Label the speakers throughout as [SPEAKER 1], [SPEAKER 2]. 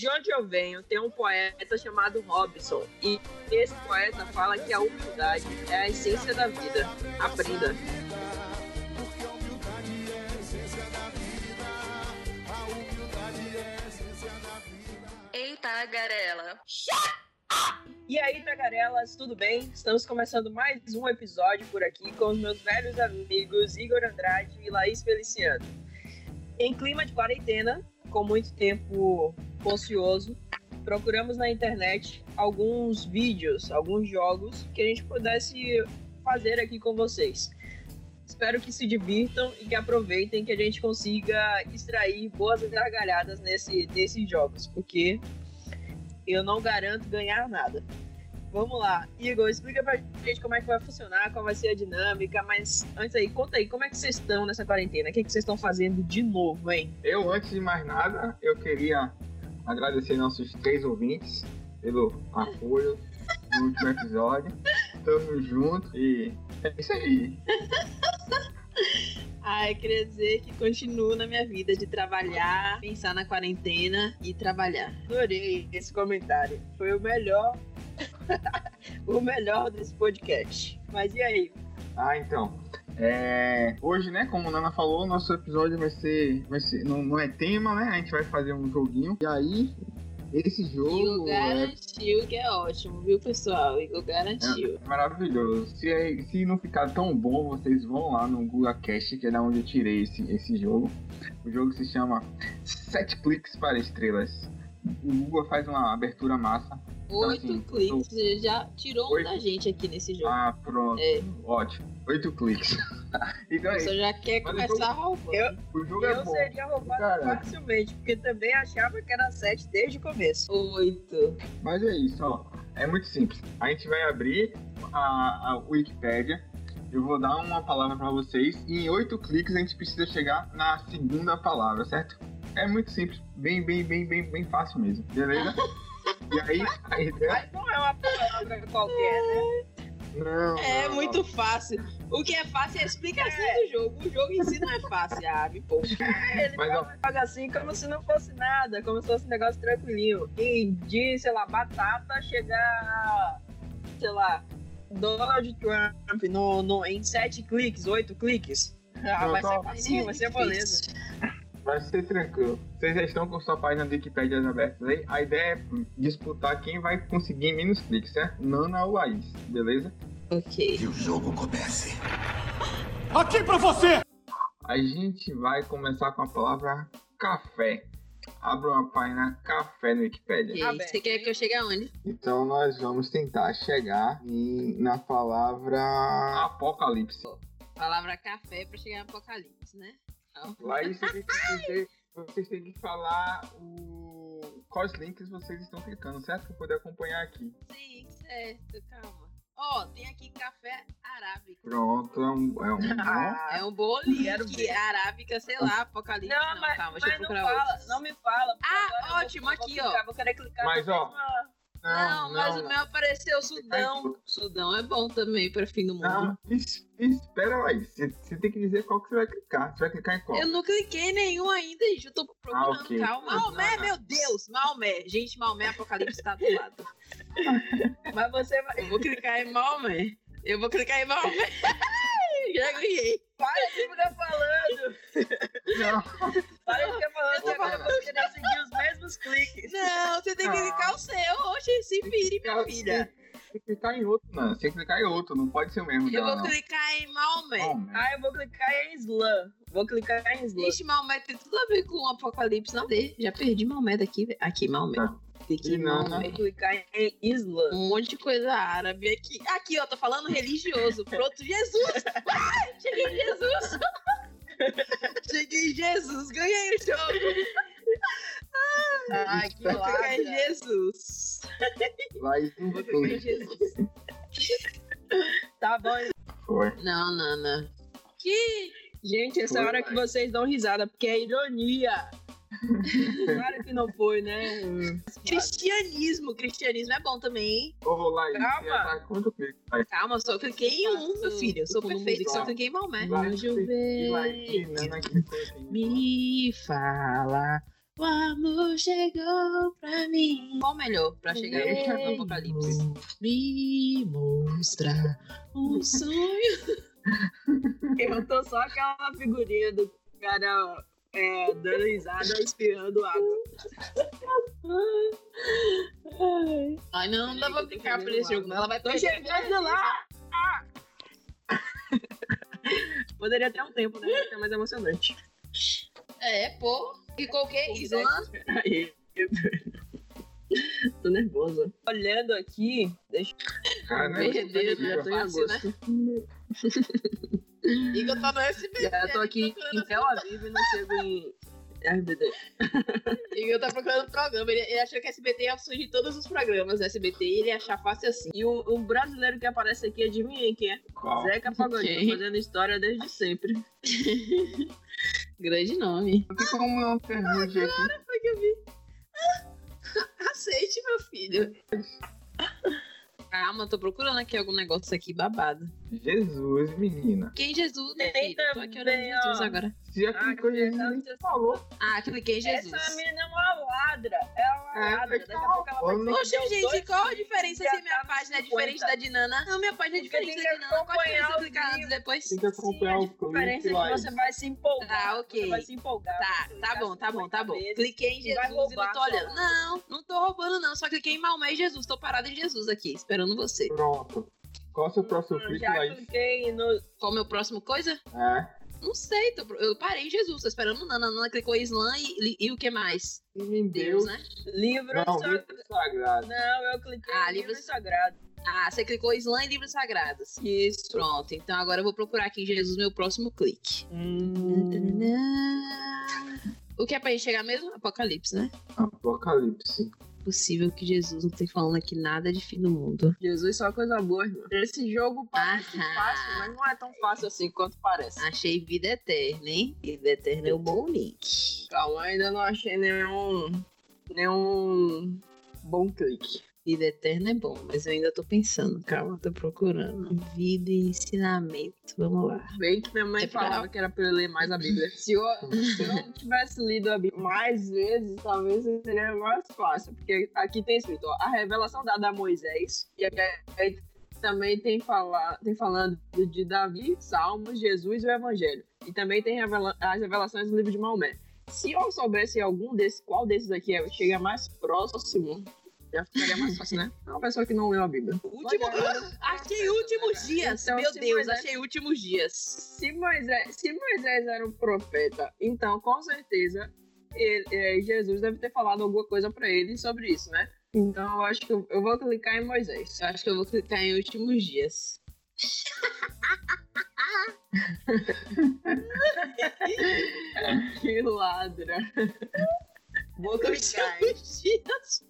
[SPEAKER 1] de onde eu venho, tem um poeta chamado Robson. E esse poeta fala que a humildade é a essência da vida. Aprenda.
[SPEAKER 2] Eita, garela.
[SPEAKER 1] E aí, tagarelas, tudo bem? Estamos começando mais um episódio por aqui com os meus velhos amigos Igor Andrade e Laís Feliciano. Em clima de quarentena, com muito tempo ocioso, procuramos na internet alguns vídeos, alguns jogos que a gente pudesse fazer aqui com vocês. Espero que se divirtam e que aproveitem que a gente consiga extrair boas gargalhadas nesse, nesses jogos, porque eu não garanto ganhar nada. Vamos lá, Igor, explica pra gente como é que vai funcionar, qual vai ser a dinâmica, mas antes aí, conta aí, como é que vocês estão nessa quarentena? O que, é que vocês estão fazendo de novo, hein?
[SPEAKER 3] Eu, antes de mais nada, eu queria agradecer nossos três ouvintes pelo apoio no último episódio. Tamo junto e é isso aí.
[SPEAKER 1] Ah, eu queria dizer que continuo na minha vida de trabalhar, pensar na quarentena e trabalhar. Adorei esse comentário. Foi o melhor. o melhor desse podcast. Mas e aí?
[SPEAKER 3] Ah, então. é, Hoje, né, como a Nana falou, nosso episódio vai ser. Vai ser não, não é tema, né? A gente vai fazer um joguinho. E aí, esse
[SPEAKER 1] Igor
[SPEAKER 3] jogo é,
[SPEAKER 1] garantiu que é ótimo, viu, pessoal? Igor garantiu.
[SPEAKER 3] é maravilhoso. Se, é- se não ficar tão bom, vocês vão lá no Google Cast, que é da onde eu tirei esse, esse jogo. O jogo se chama Sete Cliques para Estrelas. O Google faz uma abertura massa.
[SPEAKER 1] Oito
[SPEAKER 3] assim,
[SPEAKER 1] cliques, você já tirou um
[SPEAKER 3] Oito.
[SPEAKER 1] da gente aqui nesse jogo.
[SPEAKER 3] Ah, pronto.
[SPEAKER 1] É.
[SPEAKER 3] Ótimo. Oito cliques. então é isso.
[SPEAKER 1] Você já quer
[SPEAKER 3] Mas o
[SPEAKER 1] começar roubando.
[SPEAKER 3] O jogo é
[SPEAKER 1] Eu
[SPEAKER 3] bom.
[SPEAKER 1] seria roubado
[SPEAKER 3] Cara. é.
[SPEAKER 1] facilmente, porque também achava que era 7 desde o começo. 8.
[SPEAKER 3] Mas é isso, ó. É muito simples. A gente vai abrir a, a Wikipédia. Eu vou dar uma palavra pra vocês. E em oito cliques a gente precisa chegar na segunda palavra, certo? É muito simples. Bem, bem, bem, bem, bem fácil mesmo. Beleza? e aí, a ideia.
[SPEAKER 1] Mas não é uma palavra qualquer, né?
[SPEAKER 3] Não.
[SPEAKER 1] É
[SPEAKER 3] não,
[SPEAKER 1] muito fácil. O que é fácil é a explicação do jogo. O jogo em si não é fácil, ah, me poupa. Ele
[SPEAKER 3] Mas, ó.
[SPEAKER 1] joga assim como se não fosse nada, como se fosse um negócio tranquilinho. E de, sei lá, batata chegar, sei lá, Donald Trump no, no- em sete cliques, oito cliques. Ah,
[SPEAKER 3] Não,
[SPEAKER 1] vai ser
[SPEAKER 3] tá.
[SPEAKER 1] facinho, vai ser moleza.
[SPEAKER 3] Vai ser tranquilo. Vocês já estão com sua página do Wikipedia abertas aí. A ideia é disputar quem vai conseguir menos cliques, certo? Nana ou Laís, beleza?
[SPEAKER 1] Ok.
[SPEAKER 4] Que o jogo comece.
[SPEAKER 5] Aqui pra você!
[SPEAKER 3] A gente vai começar com a palavra café. Abra uma página café no Wikipedia.
[SPEAKER 1] ok. Você quer que eu chegue aonde?
[SPEAKER 3] Então nós vamos tentar chegar em- na palavra apocalipse.
[SPEAKER 1] Palavra café pra chegar no apocalipse, né?
[SPEAKER 3] Laís, vocês têm que dizer- vocês têm que falar o... quais links vocês estão clicando, certo? Pra eu poder acompanhar aqui.
[SPEAKER 1] Sim, certo, calma. Ó, tem aqui café arábico.
[SPEAKER 3] Pronto, é um, é um bom.
[SPEAKER 1] É um bom link
[SPEAKER 6] ver.
[SPEAKER 1] arábica, sei lá, apocalipse. Não,
[SPEAKER 6] Não, mas,
[SPEAKER 1] calma, deixa eu
[SPEAKER 6] mas não
[SPEAKER 1] procurar
[SPEAKER 6] fala,
[SPEAKER 1] outro.
[SPEAKER 6] não me fala. porque
[SPEAKER 1] Ah,
[SPEAKER 6] agora eu vou-
[SPEAKER 1] ótimo,
[SPEAKER 6] eu vou
[SPEAKER 1] aqui,
[SPEAKER 6] clicar,
[SPEAKER 1] ó.
[SPEAKER 6] Vou querer clicar na
[SPEAKER 3] Mas, ó,
[SPEAKER 6] mesma-
[SPEAKER 1] Não, mas o meu apareceu
[SPEAKER 3] Tá em
[SPEAKER 1] Sudão. Sudão é bom também pra fim do mundo.
[SPEAKER 3] Não, es- espera, Laís. Você- Você tem que dizer qual que você vai clicar. Você vai clicar em qual?
[SPEAKER 1] Eu não cliquei em nenhum ainda, gente. Eu tô procurando,
[SPEAKER 3] Ah, ok.
[SPEAKER 1] calma.
[SPEAKER 3] Ah,
[SPEAKER 1] Maomé,
[SPEAKER 3] não.
[SPEAKER 1] meu Deus, Maomé. Gente, Maomé, Apocalipse tá do lado.
[SPEAKER 6] Mas você vai.
[SPEAKER 1] Eu vou clicar em Maomé. Eu vou clicar em Maomé. Já ganhei.
[SPEAKER 6] Para de ficar falando.
[SPEAKER 3] Não.
[SPEAKER 6] Para de ficar falando.
[SPEAKER 1] Eu tô
[SPEAKER 6] que agora eu vou querer seguir os mesmos cliques.
[SPEAKER 1] Não, você tem que
[SPEAKER 3] Ah.
[SPEAKER 1] clicar o seu. Oxe, se vire, minha filha.
[SPEAKER 3] Tem que clicar em outro, mano. Tem que clicar em outro, não pode ser o mesmo
[SPEAKER 1] Eu
[SPEAKER 3] dela,
[SPEAKER 1] vou
[SPEAKER 3] não.
[SPEAKER 1] clicar em Maomé.
[SPEAKER 3] Bom, né?
[SPEAKER 6] Ah, eu vou clicar em slam. Vou clicar em slam.
[SPEAKER 1] Gente, Maomé tem tudo a ver com o apocalipse, não dê. Já perdi Maomé daqui. velho. Aqui, Maomé.
[SPEAKER 3] Tá.
[SPEAKER 1] Aqui,
[SPEAKER 3] E não,
[SPEAKER 1] Maomé.
[SPEAKER 6] Vou clicar em slam.
[SPEAKER 1] Um monte de coisa árabe aqui. Aqui, ó, tô falando religioso. Pronto, Jesus! Ah, cheguei em Jesus! cheguei em Jesus, ganhei o jogo!
[SPEAKER 6] Ai, que
[SPEAKER 1] Ganhei
[SPEAKER 6] lata.
[SPEAKER 1] Jesus!
[SPEAKER 3] Laís não
[SPEAKER 1] Ganhei
[SPEAKER 3] foi.
[SPEAKER 1] Jesus!
[SPEAKER 6] Tá bom.
[SPEAKER 3] Foi.
[SPEAKER 1] Não, Nana. Que
[SPEAKER 6] Gente, essa
[SPEAKER 3] Foi,
[SPEAKER 6] hora que
[SPEAKER 3] vai.
[SPEAKER 6] vocês dão risada, porque é ironia. Claro que não foi, né?
[SPEAKER 1] cristianismo! Cristianismo é bom também, hein?
[SPEAKER 3] Ô, Laís,
[SPEAKER 6] Calma.
[SPEAKER 3] você já tá com quanto clique, Laís?
[SPEAKER 1] Calma, só cliquei em um, meu filho. Eu sou
[SPEAKER 6] Fundo
[SPEAKER 1] perfeito, só
[SPEAKER 3] musical.
[SPEAKER 1] cliquei em Maomé.
[SPEAKER 3] Vai,
[SPEAKER 1] Anjo
[SPEAKER 3] e
[SPEAKER 1] vem.
[SPEAKER 3] Laís, Nana clicou assim.
[SPEAKER 1] Me fala
[SPEAKER 2] O amor chegou pra mim. Qual o melhor pra chegar no apocalipse? Me mostrar um sonho.
[SPEAKER 1] Eu tô só aquela figurinha do cara é, dando risada, espirrando água.
[SPEAKER 2] Ai, não, não dá pra brincar por esse jogo, não. Ela vai
[SPEAKER 1] Tô
[SPEAKER 2] perder.
[SPEAKER 1] chegando lá! Ah! Poderia ter um tempo, né? Fica mais emocionante.
[SPEAKER 2] É, pô. E qualquer né?
[SPEAKER 1] Pois é.
[SPEAKER 2] Islã.
[SPEAKER 1] Aí. Tô nervosa. Olhando aqui, deixa
[SPEAKER 3] Cara,
[SPEAKER 1] eu
[SPEAKER 3] né?
[SPEAKER 2] Meu Deus,
[SPEAKER 1] já tô em
[SPEAKER 2] fácil,
[SPEAKER 1] agosto.
[SPEAKER 2] Igor tá no SBT.
[SPEAKER 1] Já tô aqui em Tel Aviv e não chego em. Ai, meu Deus.
[SPEAKER 2] Igor tá procurando programa. Ele, ele achou que SBT ia surgir todos os programas do SBT e ele ia achar fácil assim.
[SPEAKER 1] E um, um brasileiro que aparece aqui, adivinha quem é?
[SPEAKER 3] Qual?
[SPEAKER 1] Zeca Pagodinho,
[SPEAKER 2] Quem?
[SPEAKER 1] fazendo história desde sempre.
[SPEAKER 2] Grande nome.
[SPEAKER 3] Não tem como não ter nude aqui.
[SPEAKER 2] Foi que eu vi. Ah, Aceite, meu filho. Calma, tô procurando aqui algum negócio aqui babado.
[SPEAKER 3] Jesus, menina.
[SPEAKER 2] Quem Jesus, meu
[SPEAKER 1] Tem
[SPEAKER 2] filho? Tô aqui orando
[SPEAKER 1] também, ó.
[SPEAKER 2] Jesus agora.
[SPEAKER 3] Se
[SPEAKER 1] Ah,
[SPEAKER 3] aquele coisa Jesus,
[SPEAKER 1] você falou.
[SPEAKER 2] Ah, cliquei em Jesus.
[SPEAKER 1] Essa menina é uma ladra. É uma
[SPEAKER 3] É,
[SPEAKER 1] ladra. Daqui a pouco ela vai
[SPEAKER 3] falando.
[SPEAKER 2] Oxe,
[SPEAKER 1] Deu
[SPEAKER 2] gente,
[SPEAKER 1] dois
[SPEAKER 2] qual a diferença
[SPEAKER 1] já
[SPEAKER 2] se minha
[SPEAKER 1] tá
[SPEAKER 2] página é
[SPEAKER 1] 50.
[SPEAKER 2] diferente da de Nana? Não, minha página é
[SPEAKER 1] Porque
[SPEAKER 2] diferente
[SPEAKER 1] tem
[SPEAKER 2] da
[SPEAKER 1] que
[SPEAKER 2] de Nana. Qual a diferença
[SPEAKER 1] acompanhar
[SPEAKER 2] de clicar
[SPEAKER 1] o
[SPEAKER 2] antes e depois?
[SPEAKER 3] tem que acompanhar o
[SPEAKER 1] A diferença é que você vai se empolgar.
[SPEAKER 2] Tá, ok.
[SPEAKER 1] Você vai se empolgar.
[SPEAKER 2] Tá,
[SPEAKER 1] você
[SPEAKER 2] tá
[SPEAKER 1] vai
[SPEAKER 2] bom, tá bom, tá bom.
[SPEAKER 1] cabeça,
[SPEAKER 2] Cliquei em
[SPEAKER 1] e vai
[SPEAKER 2] Jesus e não
[SPEAKER 1] roubar
[SPEAKER 2] tô
[SPEAKER 1] sua
[SPEAKER 2] olhando.
[SPEAKER 1] lata.
[SPEAKER 2] Não, não tô roubando, não. Só cliquei em Maomé e Jesus. Tô parada em Jesus aqui, esperando você.
[SPEAKER 3] Pronto. Qual é o seu próximo
[SPEAKER 1] Eu
[SPEAKER 3] clique,
[SPEAKER 1] já
[SPEAKER 3] Laís?
[SPEAKER 1] cliquei no.
[SPEAKER 2] Qual o meu próximo coisa?
[SPEAKER 3] É.
[SPEAKER 2] Não sei, tô- eu parei em Jesus, tô esperando Nana. Nana clicou em Islã e, e o que mais?
[SPEAKER 3] Em Deus.
[SPEAKER 2] Deus, né?
[SPEAKER 1] Livro
[SPEAKER 3] Não,
[SPEAKER 1] sagrado.
[SPEAKER 3] livro sagrado.
[SPEAKER 1] Não, eu cliquei
[SPEAKER 2] Ah,
[SPEAKER 1] no livro
[SPEAKER 2] livros-
[SPEAKER 1] sagrado.
[SPEAKER 2] Ah, você clicou em Islã e livros sagrados. Isso. Pronto, então agora eu vou procurar aqui em Jesus meu próximo clique. Hum.
[SPEAKER 1] Hum,
[SPEAKER 2] O que é pra gente chegar mesmo? Apocalipse, né?
[SPEAKER 3] Apocalipse.
[SPEAKER 2] Possível que Jesus não esteja falando aqui nada de fim do mundo.
[SPEAKER 1] Jesus só coisa boa, irmão. Esse jogo parece
[SPEAKER 2] Aham.
[SPEAKER 1] fácil, mas não é tão fácil assim quanto parece.
[SPEAKER 2] Achei vida eterna, hein? Vida eterna é um bom link.
[SPEAKER 1] Calma, ainda não achei nenhum. nenhum bom clique.
[SPEAKER 2] Vida eterna é bom, mas eu ainda tô pensando. Calma, tô procurando. Vida e ensinamento. Vamos lá.
[SPEAKER 1] Bem que minha mãe
[SPEAKER 2] É pra-
[SPEAKER 1] falava que era pra eu ler mais a Bíblia. Se eu, se eu tivesse lido a Bíblia mais vezes, talvez seria mais fácil. Porque aqui tem escrito, ó, a revelação dada a Moisés. E aí também tem, fala, tem falando de Davi, Salmos, Jesus e o Evangelho. E também tem revela- as revelações do livro de Maomé. Se eu soubesse algum desses, qual desses aqui é, chega mais próximo, já ficaria mais fácil, né? É uma pessoa que não leu a Bíblia.
[SPEAKER 2] Último... Achei últimos dias.
[SPEAKER 1] Então,
[SPEAKER 2] Meu
[SPEAKER 1] se
[SPEAKER 2] Deus,
[SPEAKER 1] Moisés-
[SPEAKER 2] achei últimos dias.
[SPEAKER 1] se Moisés, se Moisés era um profeta, então com certeza ele- eh, Jesus deve ter falado alguma coisa pra ele sobre isso, né? Então eu acho que eu, eu vou clicar em Moisés.
[SPEAKER 2] Eu acho que eu vou clicar em últimos dias.
[SPEAKER 1] Que ladra. Vou clicar. em-
[SPEAKER 2] Últimos dias.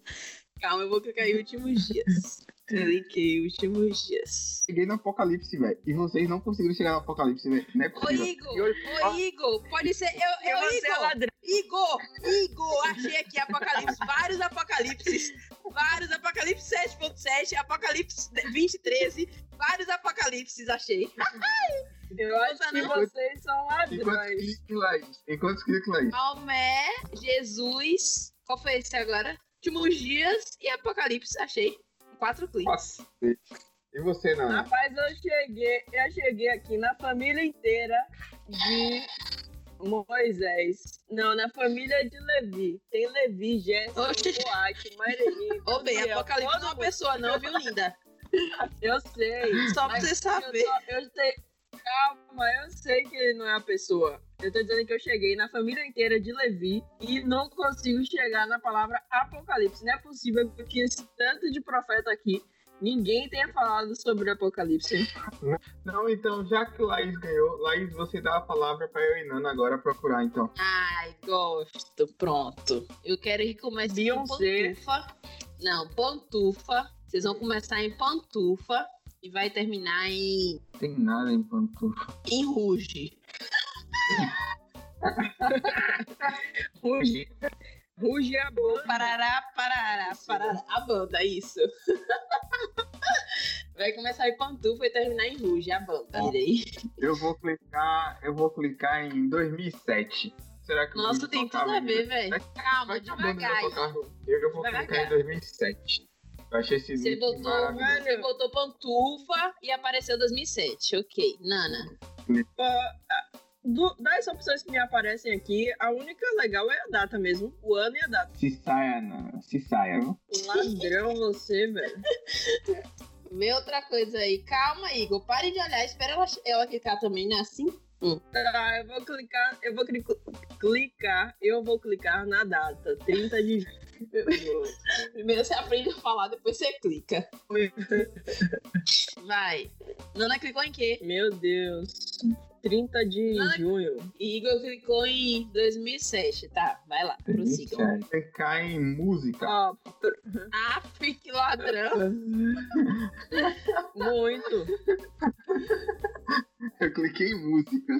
[SPEAKER 2] Calma, eu vou clicar em últimos dias. Cliquei últimos dias.
[SPEAKER 3] Cheguei no Apocalipse, velho. E vocês não conseguiram chegar no Apocalipse, velho. Não é
[SPEAKER 2] Ô
[SPEAKER 3] possível.
[SPEAKER 2] Igor, ô Igor, pode ser. Eu, eu,
[SPEAKER 1] você é
[SPEAKER 2] Igor,
[SPEAKER 1] ladrão.
[SPEAKER 2] Igor, Igor, achei aqui Apocalipse, vários Apocalipses, vários Apocalipse 7.7, Apocalipse 2013, vários Apocalipses achei.
[SPEAKER 1] Eu acho que
[SPEAKER 2] não.
[SPEAKER 1] vocês são
[SPEAKER 3] Tem quantos
[SPEAKER 1] ladrões.
[SPEAKER 3] cliques, Laís? Tem quantos cliques, Laís?
[SPEAKER 2] Maomé, é. Jesus, qual foi esse agora? Últimos dias e Apocalipse, achei. Quatro cliques.
[SPEAKER 3] Nossa. E você, Nana?
[SPEAKER 1] Rapaz, eu cheguei, eu cheguei aqui na família inteira de Moisés. Não, na família de Levi. Tem Levi, Gerson,
[SPEAKER 2] Oxi.
[SPEAKER 1] Boate, Maremi.
[SPEAKER 2] Ô, bem,
[SPEAKER 1] Gabriel, todo
[SPEAKER 2] Apocalipse não é uma
[SPEAKER 1] mundo.
[SPEAKER 2] pessoa, não, viu, linda?
[SPEAKER 1] Eu sei.
[SPEAKER 2] Só pra
[SPEAKER 1] mas
[SPEAKER 2] você
[SPEAKER 1] Eu,
[SPEAKER 2] saber.
[SPEAKER 1] tô- eu te- Calma, eu sei que ele não é a pessoa. Eu tô dizendo que eu cheguei na família inteira de Levi e não consigo chegar na palavra apocalipse. Não é possível que esse tanto de profeta aqui, ninguém tenha falado sobre o apocalipse.
[SPEAKER 3] Não, então, já que Laís ganhou, Laís, você dá a palavra pra eu e Nana agora procurar, então.
[SPEAKER 2] Ai, gosto. Pronto. Eu quero que comece com
[SPEAKER 1] Beyoncé.
[SPEAKER 2] pantufa. Não, pantufa. Vocês vão começar em pantufa e vai terminar em,
[SPEAKER 3] Tem nada em pantufa.
[SPEAKER 2] em ruge.
[SPEAKER 1] Ruge. Ruge a boca.
[SPEAKER 2] Parará, parará, parará. A banda, isso. Vai começar em pantufa e terminar em ruge, a banda. Olha aí.
[SPEAKER 3] Eu vou clicar, eu vou clicar em 2007. Será que o
[SPEAKER 2] Nossa,
[SPEAKER 3] vídeo
[SPEAKER 2] tem tudo
[SPEAKER 3] tocava
[SPEAKER 2] a
[SPEAKER 3] ainda?
[SPEAKER 2] ver, velho.
[SPEAKER 3] Vai
[SPEAKER 2] Calma,
[SPEAKER 3] acabando,
[SPEAKER 2] devagar.
[SPEAKER 3] Eu vou colocar, eu vou colocar em
[SPEAKER 2] Devagar.
[SPEAKER 3] 2007. Eu achei esse
[SPEAKER 2] Você
[SPEAKER 3] link
[SPEAKER 2] botou, né?
[SPEAKER 3] maravilhoso.
[SPEAKER 2] você botou pantufa e apareceu 2007. Ok, Nana.
[SPEAKER 1] Ah, ah, do- das opções que me aparecem aqui, a única legal é a data mesmo. O ano e a data.
[SPEAKER 3] Se saia, Nana. Se saia. viu?
[SPEAKER 1] Ladrão você, velho.
[SPEAKER 2] Vê outra coisa aí. Calma, Igor. Pare de olhar. Espera ela, ela clicar também, né? Assim.
[SPEAKER 1] Tá, eu vou clicar, eu vou cri- clicar, eu vou clicar na data, 30 de julho.
[SPEAKER 2] Primeiro você aprende a falar, depois você clica. Vai. Nana clicou em quê?
[SPEAKER 1] Meu Deus. 30 de
[SPEAKER 2] Nada-
[SPEAKER 1] junho.
[SPEAKER 2] Igor clicou em 2007. Tá, vai lá. Prossigam.
[SPEAKER 3] 2007. Você cai em música.
[SPEAKER 1] Ó,
[SPEAKER 2] Ah, que ladrão.
[SPEAKER 1] muito.
[SPEAKER 2] Ah.
[SPEAKER 3] Eu cliquei em música.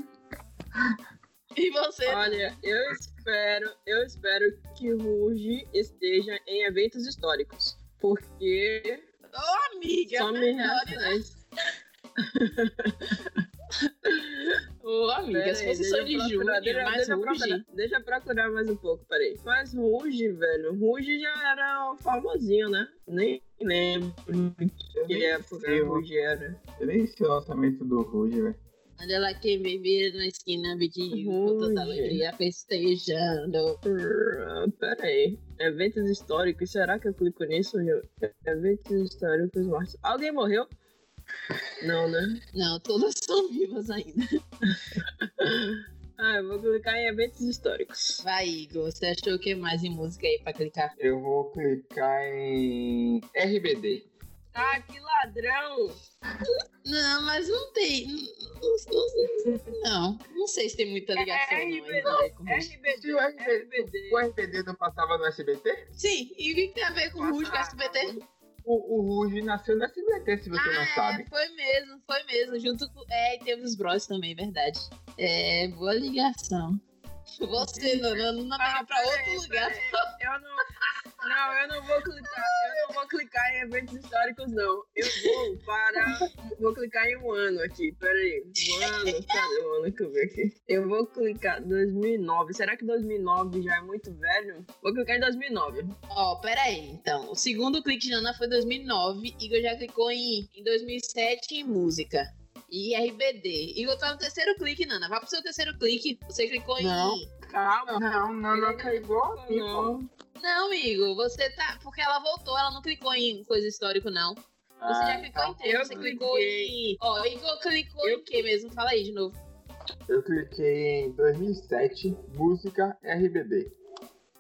[SPEAKER 2] E você?
[SPEAKER 1] Olha, eu espero, eu espero que Ruge esteja em eventos históricos. Porque
[SPEAKER 2] Ô, amiga.
[SPEAKER 1] só me reações.
[SPEAKER 2] Ô, amiga, se fosse só de junho, mais
[SPEAKER 1] deixa, eu
[SPEAKER 2] hoje.
[SPEAKER 1] procurar, deixa eu procurar mais um pouco, peraí. Mas Ruge, velho, Ruge já era famosinho, né? Nem lembro
[SPEAKER 3] Eu
[SPEAKER 1] que
[SPEAKER 3] nem sei
[SPEAKER 2] é
[SPEAKER 1] época
[SPEAKER 3] o-
[SPEAKER 1] Ruge era.
[SPEAKER 3] é eu nem sei o lançamento do Ruge, velho.
[SPEAKER 2] Olha lá quem vem vir na esquina pedindo
[SPEAKER 1] Ui.
[SPEAKER 2] toda da alegria festejando.
[SPEAKER 1] Ah, Peraí. Eventos históricos, será que eu clico nisso? Ju? Eventos históricos, Marcos. Alguém morreu? Não, né?
[SPEAKER 2] Não, todas são vivas ainda.
[SPEAKER 1] Ah, eu vou clicar em eventos históricos.
[SPEAKER 2] Vai, Igor, você achou o que mais em música aí pra clicar?
[SPEAKER 3] Eu vou clicar em RBD.
[SPEAKER 1] Ah, que ladrão!
[SPEAKER 2] Não, mas não tem. Não, não- não, não sei se tem muita
[SPEAKER 1] É,
[SPEAKER 2] ligação. não, ainda,
[SPEAKER 1] não,
[SPEAKER 2] né, com música.
[SPEAKER 1] RBD,
[SPEAKER 3] Se o RBD,
[SPEAKER 1] RBD.
[SPEAKER 3] o RBD não passava no SBT?
[SPEAKER 2] Sim, e o que que tem a ver com o Ruge com SBT?
[SPEAKER 3] O, o Ruge nasceu no SBT, se você não
[SPEAKER 2] Ah, é,
[SPEAKER 3] sabe.
[SPEAKER 2] foi mesmo, foi mesmo. Junto com. É, e teve os Bros também, verdade. É, boa ligação. Você, Nana, não pega pra
[SPEAKER 1] peraí,
[SPEAKER 2] outro lugar.
[SPEAKER 1] peraí. É, Eu não. Não, eu não vou clicar. Eu não vou clicar em eventos históricos, não. Eu vou para. Vou clicar em um ano aqui. Pera aí. Um ano? Cadê o ano que eu vi aqui? Eu vou clicar 2009. Será que 2009 já é muito velho? Vou clicar em 2009.
[SPEAKER 2] Ó, peraí, então. O segundo clique de Nana foi em 2009. Igor já clicou em, em 2007 em música. E RBD. Igor tá no terceiro clique, Nana. Vai pro seu terceiro clique. Você clicou
[SPEAKER 3] Não.
[SPEAKER 2] em.
[SPEAKER 1] Calma.
[SPEAKER 3] Não, não, não caiu a mim, pô.
[SPEAKER 1] Não.
[SPEAKER 2] Não, Igor. Você tá. Porque ela voltou, ela não clicou em coisa histórica, não. Você já
[SPEAKER 3] Ah,
[SPEAKER 2] clicou em tempo.
[SPEAKER 1] Eu
[SPEAKER 2] Você clicou
[SPEAKER 1] cliquei.
[SPEAKER 2] em. Ó, Igor clicou em
[SPEAKER 1] Eu-
[SPEAKER 2] o que mesmo? Fala aí de novo.
[SPEAKER 3] Eu cliquei em 2007, música RBD.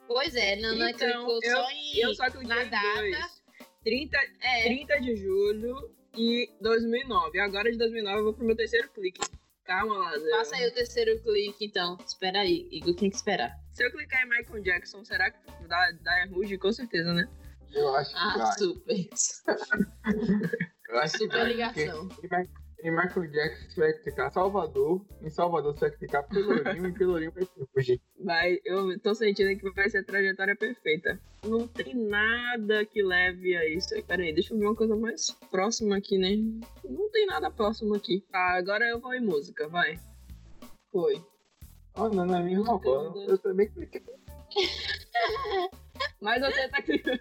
[SPEAKER 2] Pois é, Nana
[SPEAKER 1] Então,
[SPEAKER 2] clicou
[SPEAKER 1] eu-
[SPEAKER 2] só em.
[SPEAKER 1] Eu só cliquei
[SPEAKER 2] na
[SPEAKER 1] em
[SPEAKER 2] data.
[SPEAKER 1] dois. 30,
[SPEAKER 2] É.
[SPEAKER 1] 30 de julho e 2009. Agora de 2009 eu vou pro meu terceiro clique. Calma, Lázaro.
[SPEAKER 2] Faça aí o terceiro clique, então. Espera aí, Igor tem que esperar.
[SPEAKER 1] Se eu clicar em Michael Jackson, será que dá, dá Ruge? Com certeza, né?
[SPEAKER 3] Eu acho que
[SPEAKER 2] Ah,
[SPEAKER 3] vai.
[SPEAKER 2] super.
[SPEAKER 3] Eu acho que
[SPEAKER 2] Super
[SPEAKER 3] vai,
[SPEAKER 2] ligação.
[SPEAKER 3] porque Em Ma- em Michael Jackson você vai clicar Salvador, em Salvador você vai clicar Pelourinho, em Pelourinho vai ser Ruge.
[SPEAKER 1] Vai, eu tô sentindo que vai ser a trajetória perfeita. Não tem nada que leve a isso. Peraí, deixa eu ver uma coisa mais próxima aqui, né? Não tem nada próximo aqui. Tá, agora eu vou em música, vai. Foi.
[SPEAKER 3] Oh, não, não, me roubando. Eu também cliquei.
[SPEAKER 1] Mas você tá clicando,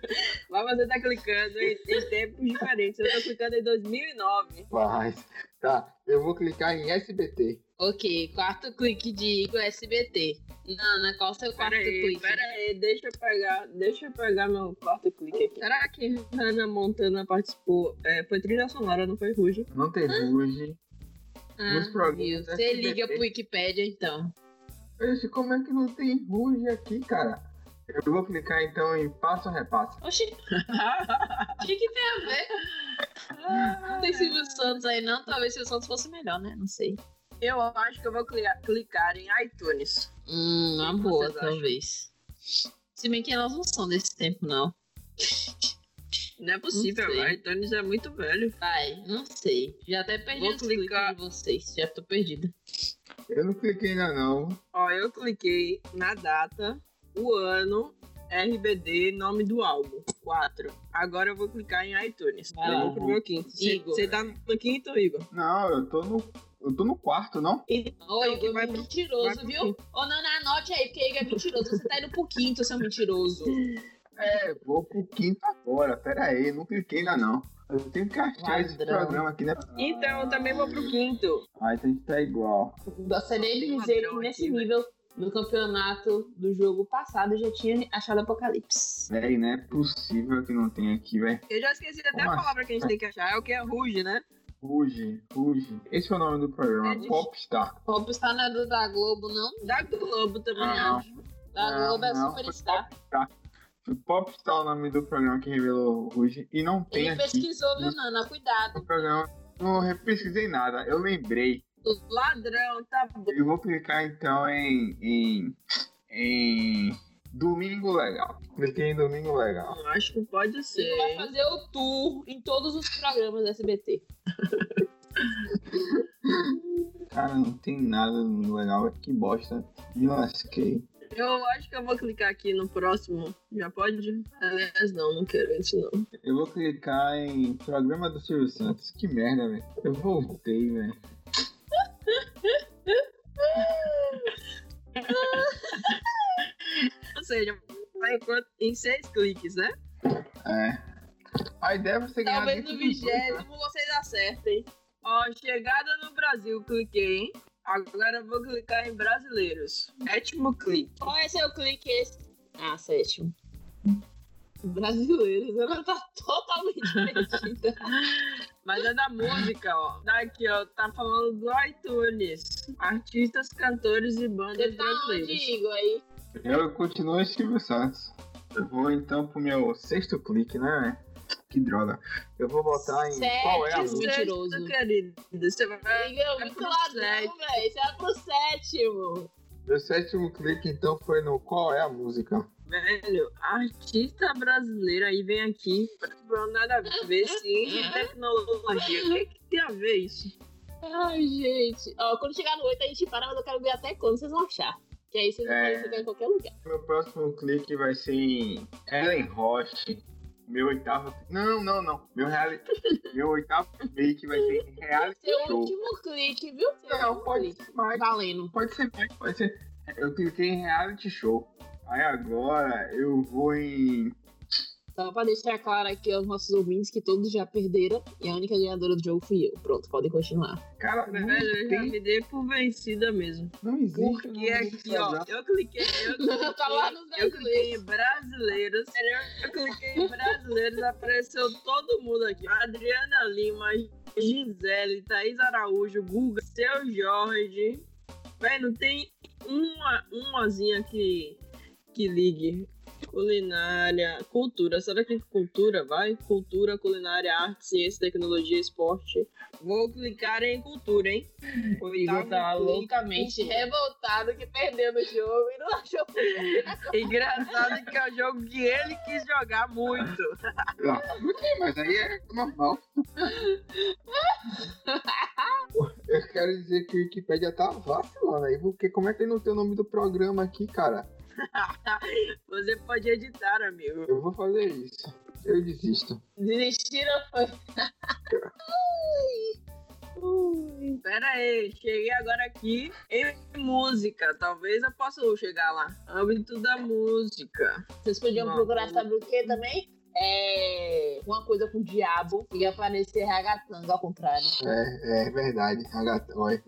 [SPEAKER 1] mas você tá clicando em, em tempos diferentes. Eu tô clicando em 2009.
[SPEAKER 3] Mas, tá, eu vou clicar em SBT.
[SPEAKER 2] Ok, quarto clique de Igor SBT. Nana, qual o seu quarto
[SPEAKER 1] Peraí,
[SPEAKER 2] clique?
[SPEAKER 1] peraí, deixa eu pegar, deixa eu pegar meu quarto clique aqui. Será que Hannah Montana participou? É, foi trilha sonora, não foi Ruge?
[SPEAKER 3] Não tem Ruge. Nos
[SPEAKER 2] Ah,
[SPEAKER 3] programas
[SPEAKER 2] viu?
[SPEAKER 3] do
[SPEAKER 2] Você
[SPEAKER 3] SBT.
[SPEAKER 2] liga pro Wikipedia, então.
[SPEAKER 3] Oxe, como é que não tem Ruge aqui, cara? Eu vou clicar então em passo a repassa.
[SPEAKER 2] Oxi, o que, que tem a ver?
[SPEAKER 1] Ah,
[SPEAKER 2] Não tem Silvio Santos aí, não. Talvez Silvio Santos fosse melhor, né? Não sei.
[SPEAKER 1] Eu acho que eu vou clicar, clicar em iTunes.
[SPEAKER 2] Hum, uma
[SPEAKER 1] O que
[SPEAKER 2] boa,
[SPEAKER 1] vocês acham?
[SPEAKER 2] talvez. Se bem que elas não são desse tempo, não.
[SPEAKER 1] Não é possível,
[SPEAKER 2] Não sei.
[SPEAKER 1] iTunes é muito velho.
[SPEAKER 2] Vai, não sei. Já até perdi
[SPEAKER 1] Vou
[SPEAKER 2] os cliques
[SPEAKER 1] clicar.
[SPEAKER 2] de vocês. Já tô perdida.
[SPEAKER 3] Eu não cliquei ainda não.
[SPEAKER 1] Ó, eu cliquei na data, o ano, RBD, nome do álbum. 4. Agora eu vou clicar em iTunes.
[SPEAKER 2] Vai
[SPEAKER 1] eu
[SPEAKER 2] lá.
[SPEAKER 1] vou pro meu quinto.
[SPEAKER 2] Igor.
[SPEAKER 1] Você tá no quinto, Igor?
[SPEAKER 3] Não, eu tô no. Eu tô no quarto, não?
[SPEAKER 2] Ô,
[SPEAKER 6] que
[SPEAKER 2] Igor,
[SPEAKER 6] vai
[SPEAKER 2] é
[SPEAKER 6] pro-
[SPEAKER 2] mentiroso,
[SPEAKER 6] vai pro
[SPEAKER 2] viu? Ô, Nana, anote aí, porque Igor é mentiroso. Você tá indo pro quinto, seu mentiroso.
[SPEAKER 3] É, vou pro quinto agora. Pera aí, não cliquei ainda não. Eu tenho que achar esse
[SPEAKER 2] Ladrão.
[SPEAKER 3] programa aqui, né?
[SPEAKER 1] Então, eu também vou pro quinto.
[SPEAKER 3] Ah, então a gente tá igual.
[SPEAKER 2] Gostaria de
[SPEAKER 6] Tem um
[SPEAKER 2] dizer que
[SPEAKER 6] ladrão
[SPEAKER 2] nesse
[SPEAKER 6] aqui, né?
[SPEAKER 2] nível, no campeonato do jogo passado, eu já tinha achado Apocalipse.
[SPEAKER 3] Véi, não é possível que não tenha aqui, véi.
[SPEAKER 1] Eu já esqueci até
[SPEAKER 3] Como
[SPEAKER 1] a palavra que a gente tem que achar. É o que é ruge, né?
[SPEAKER 3] Ruge, Ruge. Esse é o nome do programa,
[SPEAKER 1] É de-
[SPEAKER 3] Popstar.
[SPEAKER 2] Popstar não é do da Globo, não.
[SPEAKER 1] Da Globo também
[SPEAKER 3] Ah,
[SPEAKER 1] acho.
[SPEAKER 2] Da
[SPEAKER 3] Não,
[SPEAKER 2] Globo é
[SPEAKER 3] não,
[SPEAKER 2] Superstar.
[SPEAKER 3] Popstar é o nome do programa que revelou o Ruge. E não tem
[SPEAKER 2] Ele
[SPEAKER 3] aqui
[SPEAKER 2] pesquisou, viu, Nana? Cuidado.
[SPEAKER 3] no programa. Não pesquisei nada, eu lembrei.
[SPEAKER 1] Ladrão, tá bom.
[SPEAKER 3] Eu vou clicar então em. em. em. Domingo Legal. Cliquei em Domingo Legal.
[SPEAKER 1] Acho que pode ser.
[SPEAKER 2] Ele vai
[SPEAKER 1] hein?
[SPEAKER 2] fazer o tour em todos os programas da SBT.
[SPEAKER 3] Cara, não tem nada do Domingo Legal, é que bosta. Me lasquei.
[SPEAKER 1] Eu acho que eu vou clicar aqui no próximo. Já pode? Aliás, não, não quero isso não.
[SPEAKER 3] Eu vou clicar em programa do Silvio Santos. Que merda, velho. Eu voltei, velho.
[SPEAKER 1] Ou seja, vai em quant- em seis cliques, né?
[SPEAKER 3] É. A ideia é você ganhar.
[SPEAKER 2] Talvez
[SPEAKER 3] dentro
[SPEAKER 2] no
[SPEAKER 3] dos dois, né?
[SPEAKER 2] vigésimo vocês acertem.
[SPEAKER 1] Ó, chegada no Brasil, cliquei, hein? Agora eu vou clicar em brasileiros. Sétimo clique.
[SPEAKER 2] Qual é seu clique esse? Ah, sétimo. Brasileiros, ela tá totalmente perdida.
[SPEAKER 1] Mas é da música, ó. Daqui, ó, tá falando do iTunes. Artistas, cantores e
[SPEAKER 2] Você
[SPEAKER 1] bandas
[SPEAKER 2] tá onde,
[SPEAKER 1] brasileiras.
[SPEAKER 2] Igor, aí?
[SPEAKER 3] Eu continuo em Silvio Santos. Eu vou então pro meu sexto clique, né, velho? Que droga. Eu vou botar em.
[SPEAKER 2] Sete,
[SPEAKER 3] Qual é a
[SPEAKER 2] sim.
[SPEAKER 3] música?
[SPEAKER 2] Mentiroso.
[SPEAKER 1] Sexto, querido. tá Você vai...
[SPEAKER 2] Igor,
[SPEAKER 1] é
[SPEAKER 2] muito
[SPEAKER 1] pro
[SPEAKER 2] ladrão,
[SPEAKER 1] sétimo.
[SPEAKER 2] velho. Você é pro sétimo.
[SPEAKER 3] Meu sétimo clique então foi no Qual é a música?
[SPEAKER 1] Velho, artista brasileira aí vem aqui. Não nada a ver,
[SPEAKER 3] É.
[SPEAKER 1] ciência e tecnologia. O que, que tem a ver isso?
[SPEAKER 2] Ai, gente. Ó, quando chegar no 8 a gente para, mas eu quero ver até quando vocês vão achar. Que aí vocês
[SPEAKER 3] É.
[SPEAKER 2] podem ficar em qualquer lugar.
[SPEAKER 3] Meu próximo clique vai ser em Ellen Roche. Meu oitavo. Não, não, não. Meu, reali... meu oitavo clique vai ser em reality
[SPEAKER 2] Seu
[SPEAKER 3] show.
[SPEAKER 2] é último clique, viu? Seu
[SPEAKER 3] Não,
[SPEAKER 2] último
[SPEAKER 3] pode
[SPEAKER 2] clique.
[SPEAKER 3] ser mais.
[SPEAKER 2] Valendo.
[SPEAKER 3] Pode ser mais, pode ser. Eu cliquei em reality show. Aí agora eu vou em.
[SPEAKER 2] Só pra deixar claro aqui aos nossos ouvintes que todos já perderam e a única ganhadora do jogo fui eu. Pronto, podem continuar.
[SPEAKER 3] Cara, não,
[SPEAKER 1] Velho, eu já
[SPEAKER 3] tem,
[SPEAKER 1] me dei por vencida mesmo.
[SPEAKER 3] não existe. o
[SPEAKER 1] Porque
[SPEAKER 3] nome desse
[SPEAKER 1] aqui, ó,
[SPEAKER 3] programa.
[SPEAKER 1] eu cliquei, eu cliquei,
[SPEAKER 2] tá lá nos
[SPEAKER 1] eu cliquei
[SPEAKER 2] brasileiros.
[SPEAKER 1] em brasileiros, eu cliquei em brasileiros, apareceu todo mundo aqui. Adriana Lima, Gisele, Thaís Araújo, Guga, Seu Jorge. Véi, não tem uma, umazinha que, que ligue. Culinária, cultura, será que cultura vai? Cultura, culinária, arte, ciência, tecnologia, esporte. Vou clicar em cultura, hein? O Igor tá louco.
[SPEAKER 2] loucamente revoltado que perdeu no jogo e não achou
[SPEAKER 1] Engraçado que é o jogo que ele quis jogar muito.
[SPEAKER 3] Não, Ah, Mas aí é normal. Eu quero dizer que o Wikipedia tá vacilando aí, porque como é que não tem o nome do programa aqui, cara?
[SPEAKER 1] Você pode editar, amigo.
[SPEAKER 3] Eu vou fazer isso. Eu desisto.
[SPEAKER 2] Desistiram foi. Ui. Ui.
[SPEAKER 1] Pera aí, cheguei agora aqui em música. Talvez eu possa chegar lá. Âmbito da música.
[SPEAKER 2] Vocês podiam
[SPEAKER 1] Não.
[SPEAKER 2] procurar saber o que também? É. Uma coisa com o diabo e aparecer ragatanga ao contrário.
[SPEAKER 3] É, é verdade. A gata, olha.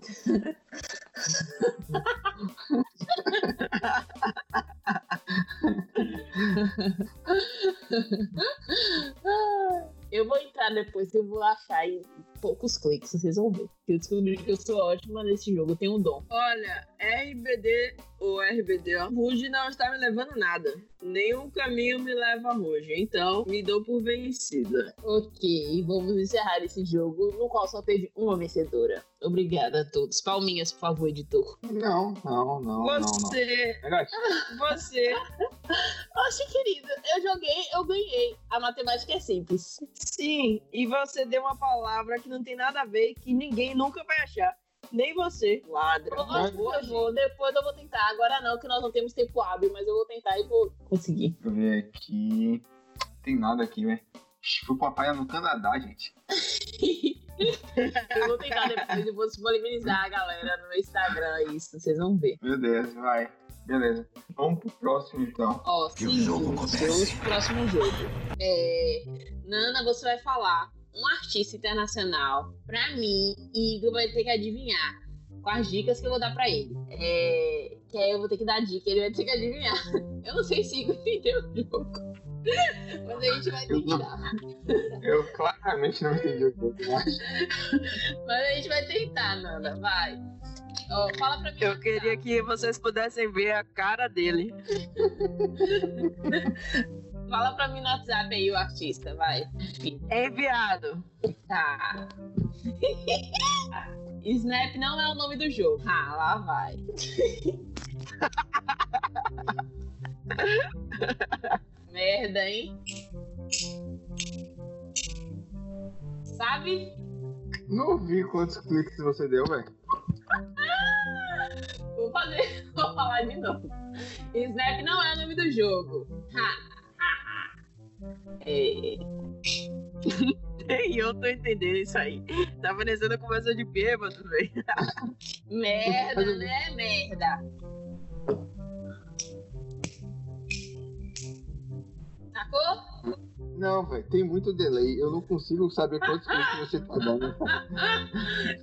[SPEAKER 2] Ah, Eu vou entrar depois e vou achar em poucos cliques, vocês vão ver. Eu descobri que eu sou ótima nesse jogo, eu tenho um dom.
[SPEAKER 1] Olha, RBD ou RBD, ó. Ruge não está me levando nada. Nenhum caminho me leva a Ruge. Então, me dou por vencida.
[SPEAKER 2] Ok, vamos encerrar esse jogo, no qual só teve uma vencedora. Obrigada a todos. Palminhas, por favor, editor.
[SPEAKER 3] Não, não, não, não, não.
[SPEAKER 1] Você,
[SPEAKER 3] Negativo.
[SPEAKER 1] você.
[SPEAKER 2] Oxe, querida, eu joguei, eu ganhei. A matemática é simples.
[SPEAKER 1] Sim, e você deu uma palavra que não tem nada a ver e que ninguém nunca vai achar. Nem você. Ladra.
[SPEAKER 2] Oxe, por favor, depois eu vou tentar. Agora não, que nós não temos tempo hábil, mas eu vou tentar e vou conseguir.
[SPEAKER 3] Deixa eu ver né? aqui. Tem nada aqui, velho. Fui pro papai no Canadá, gente.
[SPEAKER 2] Eu vou tentar depois, eu vou disponibilizar a galera no meu Instagram isso, vocês vão ver.
[SPEAKER 3] Meu Deus, vai. Beleza. Vamos pro próximo, então.
[SPEAKER 2] Ó,
[SPEAKER 4] Que o
[SPEAKER 2] seguinte,
[SPEAKER 4] jogo comece.
[SPEAKER 2] o próximo jogo. É, Nana, você vai falar um artista internacional pra mim e Igor vai ter que adivinhar com as dicas que eu vou dar pra ele. É, que aí eu vou ter que dar dica, ele vai ter que adivinhar. Eu não sei se Igor entendeu o jogo. Mas a gente vai tentar.
[SPEAKER 3] Eu claramente não entendi o jogo, né? mas
[SPEAKER 2] Mas a gente vai tentar, Nana, vai. Ó, fala pra mim.
[SPEAKER 1] Eu queria que vocês pudessem ver a cara dele.
[SPEAKER 2] Fala pra mim no WhatsApp aí o artista, vai.
[SPEAKER 1] É Enviado.
[SPEAKER 2] Tá. Snap não é o nome do jogo. Ah, lá vai. Merda, hein? Sabe?
[SPEAKER 3] não ouvi quantos cliques você deu, velho.
[SPEAKER 2] Vou fazer, vou falar de novo. Snap não é o nome do jogo. Ah, ah, ah. É,
[SPEAKER 1] Nem eu tô entendendo isso aí. Tá parecendo conversa de bêbado, velho.
[SPEAKER 2] merda, né? Merda. Sacou?
[SPEAKER 3] Não, velho, tem muito delay. Eu não consigo saber quantos cliques você tá dando.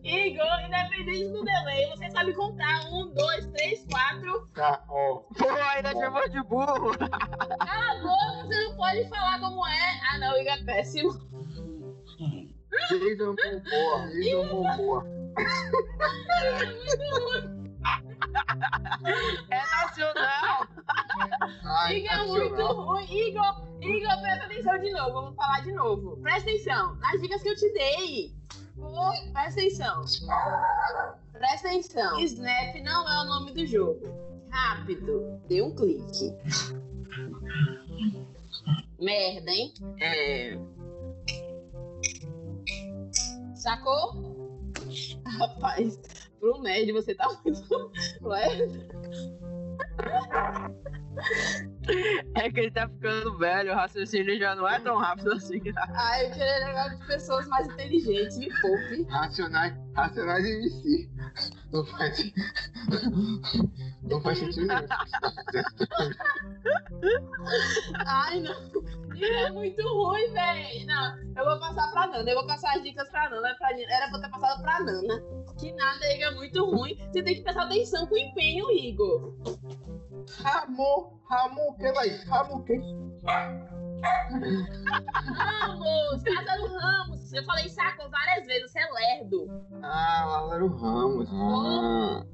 [SPEAKER 2] Igor, independente do delay, você sabe contar. Um, dois, três, quatro.
[SPEAKER 3] Tá, ó.
[SPEAKER 1] Pô, ainda chamou de burro.
[SPEAKER 2] Agora você não pode falar como é. Ah, não, Igor é péssimo.
[SPEAKER 3] Jason Momoa, Jason Momoa.
[SPEAKER 1] É nacional.
[SPEAKER 3] Ai,
[SPEAKER 2] Igor é muito
[SPEAKER 3] nacional.
[SPEAKER 2] ruim. Igor, Igor, presta atenção de novo. Vamos falar de novo. Presta atenção nas dicas que eu te dei. Pô, presta atenção. Presta atenção. Snap não é o nome do jogo. Rápido, dê um clique. Merda, hein?
[SPEAKER 1] É.
[SPEAKER 2] Sacou? Rapaz, pro nerd você tá muito. Ué,
[SPEAKER 1] É que ele tá ficando velho, o raciocínio já não é tão rápido assim.
[SPEAKER 2] ai, eu queria levar de pessoas mais inteligentes, me poupe.
[SPEAKER 3] Racionais, Racionais MC. Não faz, não faz sentido nenhum.
[SPEAKER 2] Ai, não. Isso é muito ruim, véi. Não, eu vou passar pra Nana. Eu vou passar as dicas pra Nana. pra- Era pra eu ter passado pra Nana. Que nada, Igor, é muito ruim. Você tem que prestar atenção com empenho, Igor.
[SPEAKER 3] Ramon, Ramon, que vai? Ramon, que?
[SPEAKER 2] Ramos, Lázaro Ramos. Eu falei saco várias vezes, você é lerdo.
[SPEAKER 3] Ah, Lázaro Ramos. Ah,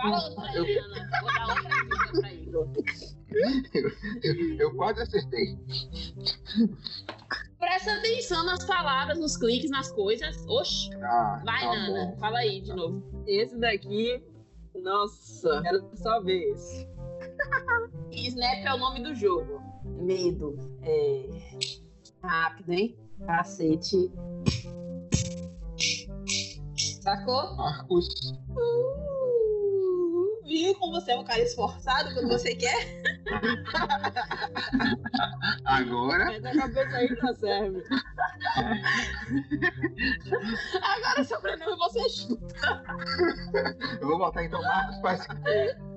[SPEAKER 2] Fala outra aí, Nana. Vou dar outra dica pra Igor.
[SPEAKER 3] eu, eu quase acertei.
[SPEAKER 2] Presta atenção nas palavras, nos cliques, nas coisas. Oxi,
[SPEAKER 3] Ah,
[SPEAKER 2] vai,
[SPEAKER 3] tá
[SPEAKER 2] Nana.
[SPEAKER 3] bom.
[SPEAKER 2] Fala aí de novo.
[SPEAKER 1] Esse daqui, nossa, quero só ver esse.
[SPEAKER 2] Snap é o nome do jogo. Medo. É. Rápido, hein? Cacete. Sacou?
[SPEAKER 3] Marcos,
[SPEAKER 2] Uh, viu como você é um cara esforçado quando você quer?
[SPEAKER 3] agora.
[SPEAKER 1] Mas na É cabeça ainda serve.
[SPEAKER 2] Agora o sobrenome você chuta.
[SPEAKER 3] Eu vou botar então Marcos Pascal.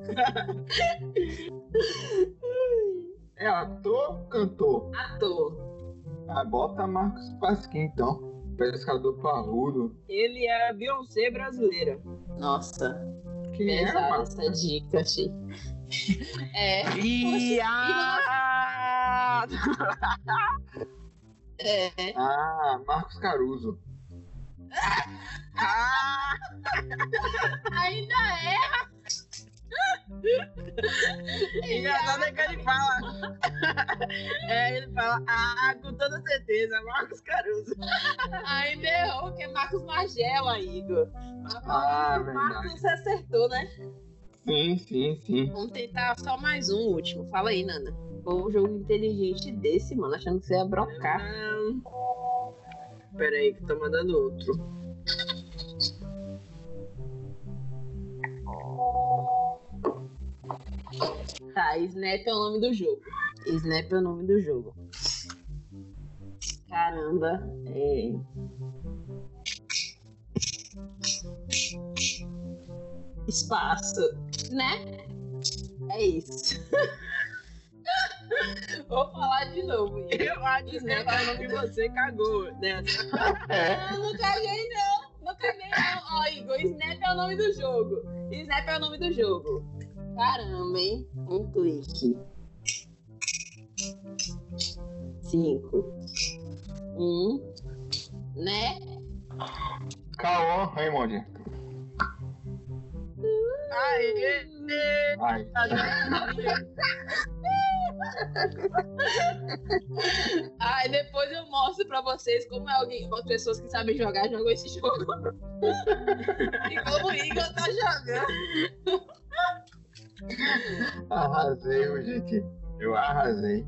[SPEAKER 3] É ator, cantor.
[SPEAKER 2] Ator.
[SPEAKER 3] Ah, bota Marcos Pasquim, então. Pescador parrudo.
[SPEAKER 1] Ele é a Beyoncé brasileira.
[SPEAKER 2] Nossa,
[SPEAKER 3] Quem é,
[SPEAKER 2] pesada
[SPEAKER 3] Marcos?
[SPEAKER 2] essa dica, Chi. É,
[SPEAKER 1] Viado!
[SPEAKER 2] é.
[SPEAKER 3] Ah, Marcos Caruso.
[SPEAKER 1] Ah,
[SPEAKER 2] Ainda é.
[SPEAKER 1] engraçado é que ele fala. É, ele fala, ah, com toda certeza, Marcos Caruso.
[SPEAKER 2] Ainda errou, que é Marcos Magela, Igor.
[SPEAKER 3] Ah, verdade.
[SPEAKER 2] Marcos acertou, né?
[SPEAKER 3] Sim, sim, sim.
[SPEAKER 2] Vamos tentar só mais um último. Fala aí, Nana. Foi um jogo inteligente desse, mano, achando que você ia brocar.
[SPEAKER 1] Pera aí, que tô mandando outro.
[SPEAKER 2] Tá, Snap é o nome do jogo. Snap é o nome do jogo. Caramba, é. espaço, né? É isso. Vou falar de novo. Igor.
[SPEAKER 1] Eu acho que,
[SPEAKER 2] Né?
[SPEAKER 1] eu acho que você cagou, né?
[SPEAKER 2] Não, não caguei não. Não caguei não. Ó, Igor, Snap é o nome do jogo. Snap é o nome do jogo. Caramba, hein? Um clique. Cinco. Um. Né?
[SPEAKER 3] Caô, Raimond.
[SPEAKER 1] Aê!
[SPEAKER 3] Ai.
[SPEAKER 2] Ai, depois eu mostro pra vocês como é alguém, as pessoas que sabem jogar jogam esse jogo. e como o Igor tá jogando.
[SPEAKER 3] Arrasei, gente. Eu arrasei.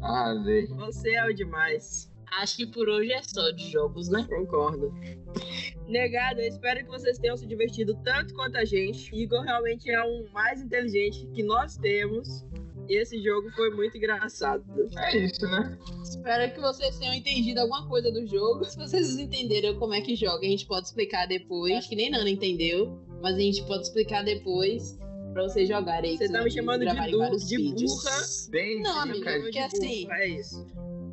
[SPEAKER 3] Arrasei.
[SPEAKER 1] Você é o demais.
[SPEAKER 2] Acho que por hoje é só de jogos, né?
[SPEAKER 1] Concordo. Negado, eu espero que vocês tenham se divertido tanto quanto a gente. Igor realmente é um mais inteligente que nós temos. E esse jogo foi muito engraçado.
[SPEAKER 3] É isso, né?
[SPEAKER 2] Espero que vocês tenham entendido alguma coisa do jogo. Se vocês entenderam como é que joga, a gente pode explicar depois. Acho que nem Nana entendeu, mas a gente pode explicar depois pra vocês jogarem. aí,
[SPEAKER 1] Você
[SPEAKER 2] que
[SPEAKER 1] tá me
[SPEAKER 2] vocês
[SPEAKER 1] chamando de,
[SPEAKER 2] gravarem
[SPEAKER 1] du-
[SPEAKER 2] vários
[SPEAKER 1] de
[SPEAKER 2] vídeos.
[SPEAKER 1] burra.
[SPEAKER 3] Bem,
[SPEAKER 2] Não,
[SPEAKER 3] sim,
[SPEAKER 2] amigo,
[SPEAKER 3] cara.
[SPEAKER 2] porque assim,
[SPEAKER 1] É isso.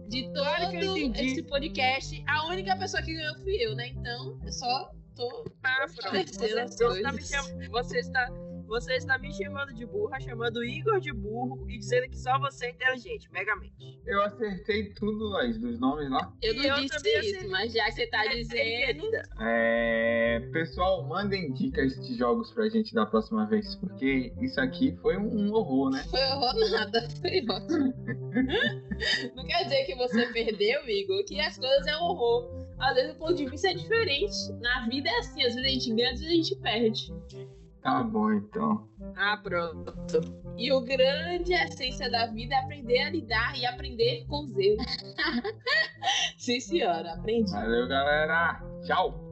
[SPEAKER 2] de todo
[SPEAKER 1] Claro que eu entendi.
[SPEAKER 2] esse podcast, a única pessoa que ganhou fui eu, né? Então, eu só tô.
[SPEAKER 1] Ah, pronto.
[SPEAKER 2] Terceira
[SPEAKER 1] Você, você, tá me
[SPEAKER 2] coisa.
[SPEAKER 1] cham- você está, você está me chamando de burra, chamando o Igor de burro e dizendo que só você é inteligente, megamente.
[SPEAKER 3] Eu acertei tudo, Laís, dos nomes lá.
[SPEAKER 2] Eu
[SPEAKER 1] E
[SPEAKER 2] não
[SPEAKER 1] eu
[SPEAKER 2] disse
[SPEAKER 1] também assim, é
[SPEAKER 2] isso,
[SPEAKER 1] aceitei.
[SPEAKER 2] mas já que você tá dizendo.
[SPEAKER 1] Querida.
[SPEAKER 3] É, pessoal, mandem dicas de jogos pra gente da próxima vez, porque isso aqui foi um, um horror, né?
[SPEAKER 2] Foi horror nada, foi ótimo. Não quer dizer que você perdeu, Igor, que as coisas é um horror. Às vezes o ponto de vista é diferente. Na vida é assim, às vezes a gente ganha, às vezes a gente perde.
[SPEAKER 3] Tá bom, então.
[SPEAKER 1] Ah, pronto.
[SPEAKER 2] E o grande essência da vida é aprender a lidar e aprender com os erros. Sim, senhora, aprendi.
[SPEAKER 3] Valeu, galera. Tchau.